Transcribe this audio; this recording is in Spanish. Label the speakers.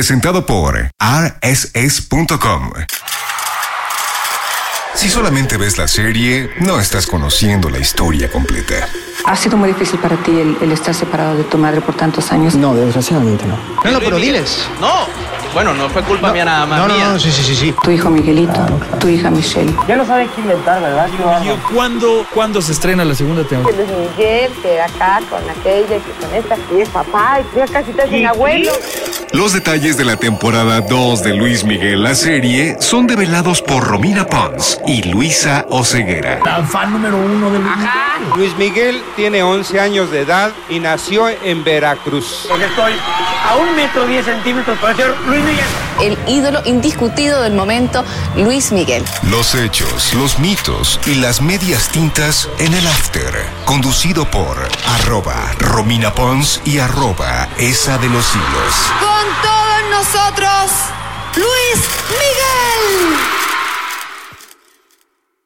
Speaker 1: Presentado por rss.com. Si solamente ves la serie, no estás conociendo la historia completa.
Speaker 2: ¿Ha sido muy difícil para ti el, el estar separado de tu madre por tantos años?
Speaker 3: No, desgraciadamente no.
Speaker 4: No, no, pero diles.
Speaker 5: No. Bueno, no fue culpa mía nada más.
Speaker 4: No, no,
Speaker 5: mía.
Speaker 4: no, sí, sí, sí, sí.
Speaker 2: Tu hijo Miguelito, tu hija Michelle.
Speaker 6: Ya no saben qué inventar, ¿verdad?
Speaker 7: Tío, ¿Cuándo, ¿Cuándo se estrena la segunda temporada?
Speaker 8: Luis Miguel, que era acá con aquella, que con esta, que es papá, y que casi te sin abuelo.
Speaker 1: Los detalles de la temporada 2 de Luis Miguel, la serie, son develados por Romina Pons y Luisa Oceguera.
Speaker 9: La fan número uno de Luis Miguel.
Speaker 10: Luis Miguel tiene 11 años de edad y nació en Veracruz.
Speaker 6: Porque estoy a un metro diez centímetros para ser Luis Miguel.
Speaker 11: El ídolo indiscutido del momento, Luis Miguel.
Speaker 1: Los hechos, los mitos y las medias tintas en el after. Conducido por arroba Romina Pons y arroba esa de los hilos.
Speaker 12: ¡Con